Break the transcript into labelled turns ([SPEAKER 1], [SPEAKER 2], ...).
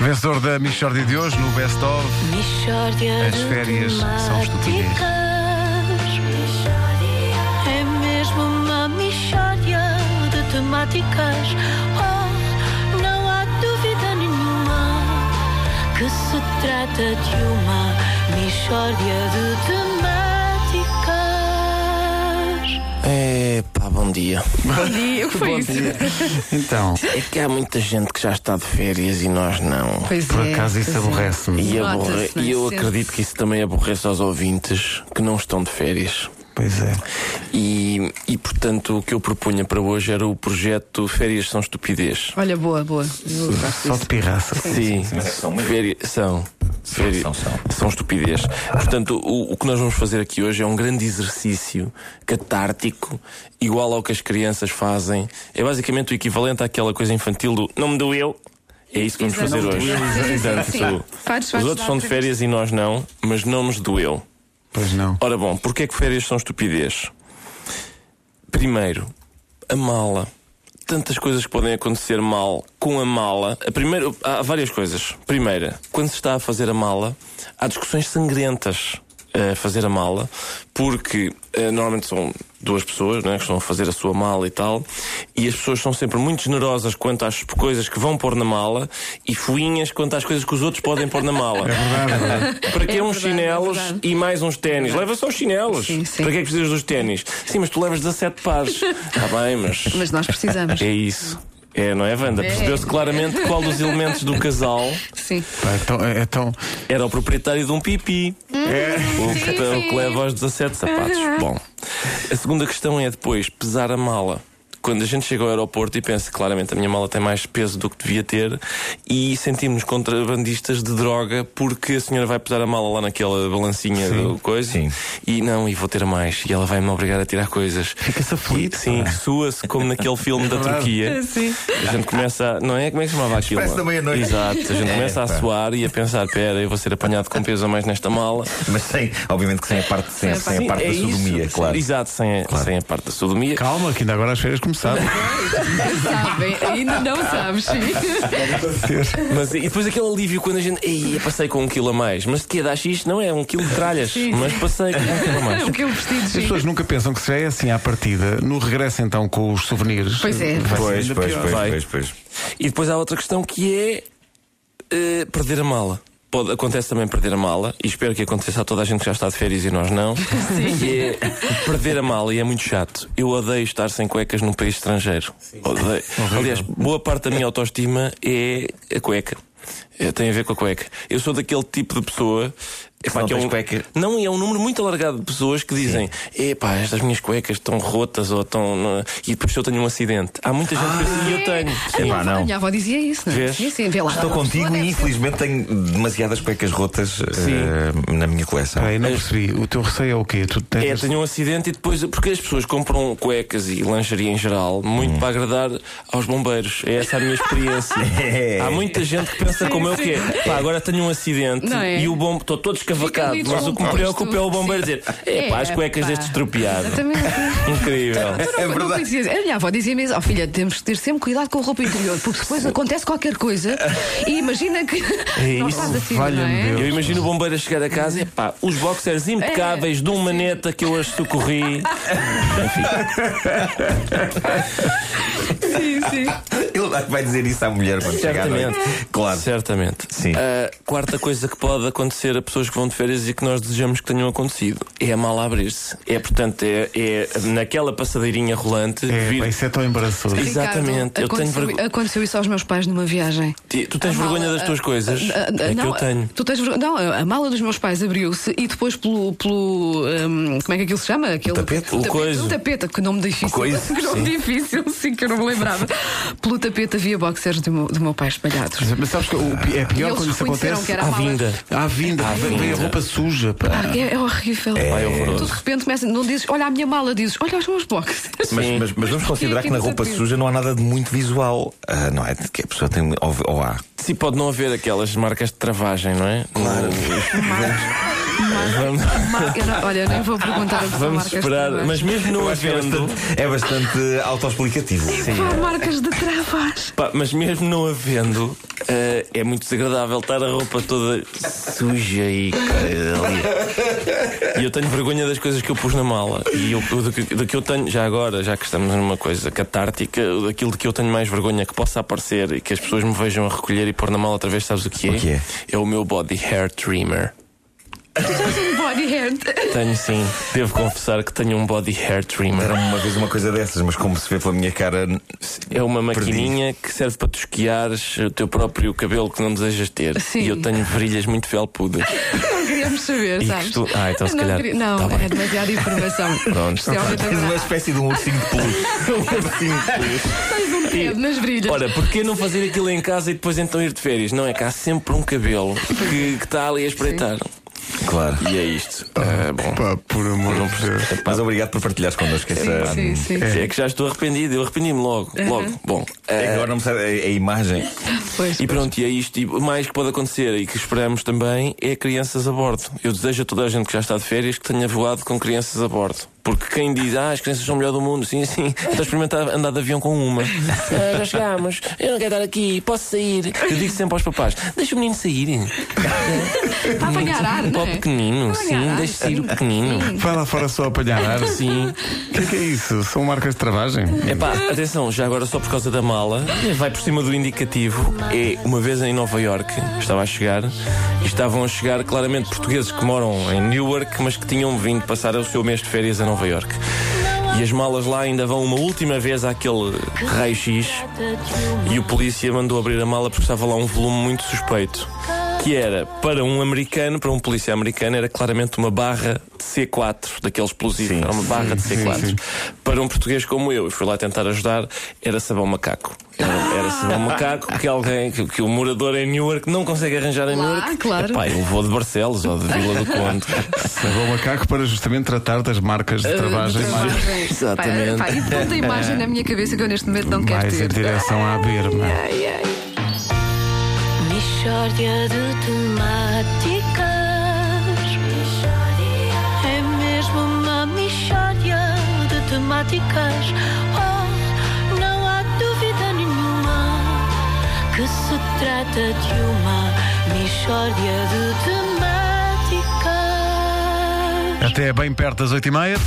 [SPEAKER 1] Vencedor da Michordia de hoje no Best of.
[SPEAKER 2] Michórdia
[SPEAKER 1] As férias
[SPEAKER 2] de
[SPEAKER 1] são estupidez.
[SPEAKER 2] temáticas. É mesmo uma mixórdia de temáticas Oh, não há dúvida nenhuma Que se trata de uma mixórdia de temáticas
[SPEAKER 3] É pá, bom dia.
[SPEAKER 4] E o que foi isso?
[SPEAKER 5] Então,
[SPEAKER 3] É que há muita gente que já está de férias e nós não.
[SPEAKER 4] Pois
[SPEAKER 5] por
[SPEAKER 4] é,
[SPEAKER 5] acaso isso
[SPEAKER 4] pois é.
[SPEAKER 5] aborrece-me.
[SPEAKER 3] E,
[SPEAKER 4] Nota-se,
[SPEAKER 3] aborre-
[SPEAKER 4] não é?
[SPEAKER 3] e eu
[SPEAKER 4] Sente-se.
[SPEAKER 3] acredito que isso também aborrece aos ouvintes que não estão de férias.
[SPEAKER 5] Pois é.
[SPEAKER 3] E, e portanto, o que eu propunha para hoje era o projeto Férias São Estupidez.
[SPEAKER 4] Olha, boa, boa. Eu gosto
[SPEAKER 5] Só de
[SPEAKER 4] disso.
[SPEAKER 5] pirraça.
[SPEAKER 3] Sim, Féri- são. Féri-
[SPEAKER 6] são, são.
[SPEAKER 3] São estupidez. Portanto, o, o que nós vamos fazer aqui hoje é um grande exercício catártico, igual ao que as crianças fazem. É basicamente o equivalente àquela coisa infantil do não me doeu. É isso que vamos
[SPEAKER 4] Exato.
[SPEAKER 3] fazer
[SPEAKER 4] Não me
[SPEAKER 3] hoje.
[SPEAKER 4] doeu,
[SPEAKER 3] Portanto,
[SPEAKER 4] exato. Sim, sim. Faz, faz,
[SPEAKER 3] os outros
[SPEAKER 4] dá
[SPEAKER 3] são de
[SPEAKER 4] outra
[SPEAKER 3] férias e nós não, mas não nos doeu.
[SPEAKER 5] Pois não.
[SPEAKER 3] Ora bom, porquê é que férias são estupidez? Primeiro, a mala. Tantas coisas que podem acontecer mal com a mala. A primeira, há várias coisas. Primeira, quando se está a fazer a mala, há discussões sangrentas eh, a fazer a mala, porque eh, normalmente são duas pessoas né, que estão a fazer a sua mala e tal, e as pessoas são sempre muito generosas quanto às coisas que vão pôr na mala e fuinhas quanto às coisas que os outros podem pôr na mala.
[SPEAKER 5] É
[SPEAKER 3] Para que
[SPEAKER 4] É
[SPEAKER 3] uns
[SPEAKER 4] verdade, é
[SPEAKER 3] chinelos
[SPEAKER 4] verdade.
[SPEAKER 3] e mais uns ténis? Leva só os chinelos.
[SPEAKER 4] Sim, sim.
[SPEAKER 3] Para que é que precisas dos ténis? Sim, mas tu levas 17 pares. Está bem, mas.
[SPEAKER 4] Mas nós precisamos.
[SPEAKER 3] É isso. É, não é, Wanda? Percebeu-se claramente qual dos elementos do casal
[SPEAKER 4] Sim.
[SPEAKER 5] Pá, é tão- é, é tão.
[SPEAKER 3] era o proprietário de um pipi. O, que, o Um que leva aos 17 sapatos. Bom, a segunda questão é depois pesar a mala. Quando a gente chega ao aeroporto e pensa, claramente, a minha mala tem mais peso do que devia ter, e sentimos-nos contrabandistas de droga porque a senhora vai pesar a mala lá naquela balancinha do coisa,
[SPEAKER 6] sim.
[SPEAKER 3] e não, e vou ter mais, e ela vai me obrigar a tirar coisas.
[SPEAKER 5] Fica-se aflito.
[SPEAKER 3] E, Sim,
[SPEAKER 6] Ah.
[SPEAKER 3] sua-se como naquele filme
[SPEAKER 6] É
[SPEAKER 3] da Turquia.
[SPEAKER 4] Sim.
[SPEAKER 3] A gente começa, a- não é? Como é que se chamava aquilo?
[SPEAKER 6] Expresso da meia-noite.
[SPEAKER 3] Exato, a gente começa a
[SPEAKER 6] pá.
[SPEAKER 3] suar e a pensar: pera, eu vou ser apanhado com peso a mais nesta mala.
[SPEAKER 6] Mas sem, obviamente que sem a parte, sem, sem a
[SPEAKER 3] Sim,
[SPEAKER 6] parte
[SPEAKER 3] é
[SPEAKER 6] da
[SPEAKER 3] isso.
[SPEAKER 6] sodomia, claro.
[SPEAKER 3] Exato, sem a, sem a parte da sodomia.
[SPEAKER 5] Calma, que ainda agora as férias começaram.
[SPEAKER 4] Sabem, ainda não sabes. sim.
[SPEAKER 3] Mas, e depois aquele alívio quando a gente. Ei, passei com um quilo a mais. Mas de que dá isto? Não é um quilo de tralhas. Mas passei com um quilo a mais.
[SPEAKER 4] O que eu vestido,
[SPEAKER 5] As
[SPEAKER 4] sim.
[SPEAKER 5] pessoas nunca pensam que se é assim à partida. No regresso, então, com os souvenirs.
[SPEAKER 4] Pois é.
[SPEAKER 5] vai ser
[SPEAKER 6] Pois,
[SPEAKER 5] ainda
[SPEAKER 6] pois,
[SPEAKER 5] pior.
[SPEAKER 6] pois,
[SPEAKER 3] Vai.
[SPEAKER 6] pois, pois.
[SPEAKER 3] E depois há outra questão que é eh, perder a mala. Pode, acontece também perder a mala, e espero que aconteça a toda a gente que já está de férias e nós não. E é perder a mala e é muito chato. Eu odeio estar sem cuecas num país estrangeiro. Odeio. Aliás, boa parte da minha autoestima é a cueca. Eh, Tem a ver com a cueca. Eu sou daquele tipo de pessoa. epá,
[SPEAKER 6] não
[SPEAKER 3] que é
[SPEAKER 6] tens
[SPEAKER 3] um-
[SPEAKER 6] cueca.
[SPEAKER 3] não, e é um número muito alargado de pessoas que dizem: epá, estas minhas cuecas estão rotas ou estão. não- E depois eu tenho um acidente. Há muita
[SPEAKER 6] Ah,
[SPEAKER 3] gente que pensa, e eu tenho.
[SPEAKER 4] A
[SPEAKER 3] Sim.
[SPEAKER 4] minha
[SPEAKER 6] Epá,
[SPEAKER 4] avó-
[SPEAKER 6] "Ah, não.
[SPEAKER 4] A minha avó dizia isso, não é?
[SPEAKER 3] Vês?
[SPEAKER 4] Sim, sim, vê lá.
[SPEAKER 6] Estou contigo e infelizmente tenho demasiadas cuecas rotas eh, na minha coleção.
[SPEAKER 5] Espera aí, não percebi. O teu receio é o quê? Tu tens...
[SPEAKER 3] É, tenho um acidente e depois. Porque as pessoas compram cuecas e lancharia em geral muito para agradar aos bombeiros. É essa a minha experiência.
[SPEAKER 6] É.
[SPEAKER 3] Há muita gente que pensa como eu que é. Pá, agora tenho um acidente
[SPEAKER 4] Não é?
[SPEAKER 3] e o bombeiro. Estou todo escavacado,
[SPEAKER 4] Fica ali
[SPEAKER 3] mas o que me
[SPEAKER 4] descomposto.
[SPEAKER 3] preocupa é o bombeiro
[SPEAKER 4] Sim.
[SPEAKER 3] dizer: é pá, as cuecas
[SPEAKER 4] Epá.
[SPEAKER 3] deste estropiado.
[SPEAKER 4] Então- Exatamente.
[SPEAKER 3] Incrível.
[SPEAKER 4] É verdade. a minha avó dizia mesmo: ó filha, temos que ter sempre cuidado com a roupa interior, porque depois acontece qualquer coisa e imagina que não
[SPEAKER 5] isso,
[SPEAKER 4] estás assim, não
[SPEAKER 5] valha-me
[SPEAKER 4] é?
[SPEAKER 5] Deus.
[SPEAKER 3] Eu imagino o bombeiro a chegar a casa e pá, os boxers impecáveis de um maneta que eu as socorri.
[SPEAKER 4] Sim, sim.
[SPEAKER 6] Ele vai dizer isso à mulher quando chegar à noite.
[SPEAKER 3] Certamente.
[SPEAKER 6] Claro.
[SPEAKER 3] Certamente.
[SPEAKER 6] Sim.
[SPEAKER 3] A quarta coisa que pode acontecer a pessoas que vão de férias e que nós desejamos que tenham acontecido é a mala abrir-se. É, portanto, é, é naquela passadeirinha rolante
[SPEAKER 5] É,
[SPEAKER 3] vir.
[SPEAKER 5] pá, isso é tão embaraçoso.
[SPEAKER 3] Sim. Exatamente, eu tenho
[SPEAKER 4] aconteceu,
[SPEAKER 3] vergo-
[SPEAKER 4] aconteceu isso aos meus pais numa viagem.
[SPEAKER 3] Ti- Tu tens
[SPEAKER 4] A mala,
[SPEAKER 3] vergonha das tuas
[SPEAKER 4] a-
[SPEAKER 3] coisas?
[SPEAKER 4] a- a-
[SPEAKER 3] é
[SPEAKER 4] Ah,
[SPEAKER 3] que
[SPEAKER 4] não,
[SPEAKER 3] eu tenho.
[SPEAKER 4] Tu tens vergonha. Não, a a mala dos meus pais abriu-se e depois pelo. pelo hum, como é que aquilo se chama? Aquele,
[SPEAKER 6] tapete?
[SPEAKER 3] O coiso.
[SPEAKER 4] O tapete, que nome difícil.
[SPEAKER 6] coiso,
[SPEAKER 4] que nome difícil, sim, que eu não me lembrava. pelo tapete havia boxers do meu, do meu pai espalhados.
[SPEAKER 5] Mas sabes que o pi- é
[SPEAKER 4] E
[SPEAKER 5] pior
[SPEAKER 4] eles
[SPEAKER 5] quando isso
[SPEAKER 4] reconheceram
[SPEAKER 5] acontece?
[SPEAKER 4] que era a
[SPEAKER 3] À
[SPEAKER 4] mala.
[SPEAKER 3] vinda.
[SPEAKER 5] À vinda,
[SPEAKER 3] À
[SPEAKER 5] vem, vem a
[SPEAKER 3] vinda.
[SPEAKER 5] roupa suja. Pá.
[SPEAKER 4] Ah, É, é horrível.
[SPEAKER 3] Ai,
[SPEAKER 4] Tu
[SPEAKER 3] horroroso.
[SPEAKER 4] de repente começas, não dizes, olha a minha mala, dizes, olha os meus boxers.
[SPEAKER 6] Mas,
[SPEAKER 3] Sim.
[SPEAKER 6] mas- mas vamos
[SPEAKER 4] E
[SPEAKER 6] considerar
[SPEAKER 4] aqui
[SPEAKER 6] que na
[SPEAKER 4] nos
[SPEAKER 6] roupa
[SPEAKER 4] atributos?
[SPEAKER 6] suja não há nada de muito visual. Ah, não é? Que a pessoa tem. Ou, ou há.
[SPEAKER 3] Sim, pode não haver aquelas marcas de travagem, não é? Claro.
[SPEAKER 4] Marca- eu não- olha, eu nem vou perguntar a que são
[SPEAKER 3] Vamos
[SPEAKER 4] marcas
[SPEAKER 3] esperar.
[SPEAKER 4] de
[SPEAKER 3] Mas
[SPEAKER 4] travas.
[SPEAKER 3] mesmo não
[SPEAKER 6] Eu acho que é
[SPEAKER 3] havendo.
[SPEAKER 6] bastante, é bastante autoexplicativo.
[SPEAKER 4] Pá, marcas de travas.
[SPEAKER 3] Pá, mas mesmo não havendo, eh, é muito desagradável estar a roupa toda suja e. ali. E eu tenho vergonha das coisas que eu pus na mala. E eu, eu do, que, do que eu tenho, já agora, já que estamos numa coisa catártica, daquilo de que eu tenho mais vergonha que possa aparecer e que as pessoas me vejam a recolher e pôr na mala outra vez, sabes o que é?
[SPEAKER 6] O que é?
[SPEAKER 3] É o meu body hair trimmer.
[SPEAKER 4] Body hair.
[SPEAKER 3] Tenho sim, devo confessar que tenho um body hair trimmer.
[SPEAKER 6] Era uma vez uma coisa dessas, mas como se vê pela minha cara.
[SPEAKER 3] É uma
[SPEAKER 6] perdi.
[SPEAKER 3] maquininha que serve para tosquiares o teu próprio cabelo que não desejas ter.
[SPEAKER 4] Sim.
[SPEAKER 3] E eu tenho virilhas muito felpudas.
[SPEAKER 4] Não queríamos saber,
[SPEAKER 3] E
[SPEAKER 4] sabes?
[SPEAKER 3] costu- Ah, então se
[SPEAKER 4] não,
[SPEAKER 3] calhar-
[SPEAKER 4] queria- não,
[SPEAKER 3] tá bem.
[SPEAKER 4] é demasiada informação. é
[SPEAKER 3] Pronto.
[SPEAKER 4] Especialmente
[SPEAKER 6] Tens uma
[SPEAKER 4] agora.
[SPEAKER 6] espécie de um ursinho de peluche. um ursinho de peluche.
[SPEAKER 4] Tens um dedo nas brilhas.
[SPEAKER 3] Ora, porquê não fazer aquilo em casa e depois então ir de férias? Não é que há sempre um cabelo que que está ali a espreitar.
[SPEAKER 6] Claro.
[SPEAKER 3] E é isto. Ah, bom,
[SPEAKER 5] Pá, por amor
[SPEAKER 3] não
[SPEAKER 5] de Deus.
[SPEAKER 3] percebo.
[SPEAKER 6] Mas obrigado por partilhares connosco essa.
[SPEAKER 4] Sim, sim.
[SPEAKER 3] É que já estou arrependido, eu arrependi-me logo. Logo. Bom.
[SPEAKER 6] É que
[SPEAKER 3] ah,
[SPEAKER 6] Agora não me sai a, a imagem.
[SPEAKER 4] Pois.
[SPEAKER 3] E pronto, e é isto. E o mais que pode acontecer e que esperamos também é crianças a bordo. Eu desejo a toda a gente que já está de férias que tenha voado com crianças a bordo. Porque quem diz, ah, as crianças são o melhor do mundo, sim, sim, estou a experimentar andar de avião com uma. Ah, já chegámos, eu não quero estar aqui, posso sair. Eu digo sempre aos papás, deixa o menino sair.
[SPEAKER 4] Está Tá a apanhar ar,
[SPEAKER 3] Para
[SPEAKER 4] não
[SPEAKER 3] o
[SPEAKER 4] é?
[SPEAKER 3] pequenino,
[SPEAKER 4] Não é
[SPEAKER 3] sim,
[SPEAKER 4] nada.
[SPEAKER 3] deixa sair o pequenino.
[SPEAKER 5] Vai lá fora só apanhar ar. O
[SPEAKER 3] Sim.
[SPEAKER 5] que é que é isso? São marcas de travagem?
[SPEAKER 3] Epá, atenção, já agora só por causa da mala, vai por cima do indicativo. É uma vez em Nova Iorque, estava a chegar, e estavam a chegar claramente portugueses que moram em Newark, mas que tinham vindo passar o seu mês de férias a Nova Iorque. E as malas lá ainda vão uma última vez àquele raio-x e o polícia mandou abrir a mala porque estava lá um volume muito suspeito. Que era, para um americano, para um polícia americano, era claramente uma barra de C4, daquele explosivo. era uma barra de C4. Para um português como eu, e fui lá tentar ajudar, era sabão macaco. Era, era
[SPEAKER 4] Ah.
[SPEAKER 3] sabão macaco que alguém, que, que o morador em Newark não consegue arranjar em
[SPEAKER 4] Lá,
[SPEAKER 3] Newark.
[SPEAKER 4] claro.
[SPEAKER 3] Epá, eu vou de Barcelos ou de Vila do Conde.
[SPEAKER 5] Levou o é macaco para justamente tratar das marcas Eh, de travagem mais,
[SPEAKER 3] Exatamente.
[SPEAKER 4] Pá, pá, e tanta imagem na minha cabeça que eu neste momento não quero
[SPEAKER 5] mais em
[SPEAKER 4] ter.
[SPEAKER 5] direção à berma.
[SPEAKER 4] Ai, ai.
[SPEAKER 2] Mishória de temáticas É mesmo uma mishória de temáticas Oh, não há dúvida nenhuma Que se trata de uma mishória de temáticas
[SPEAKER 1] Até bem perto das 8h30.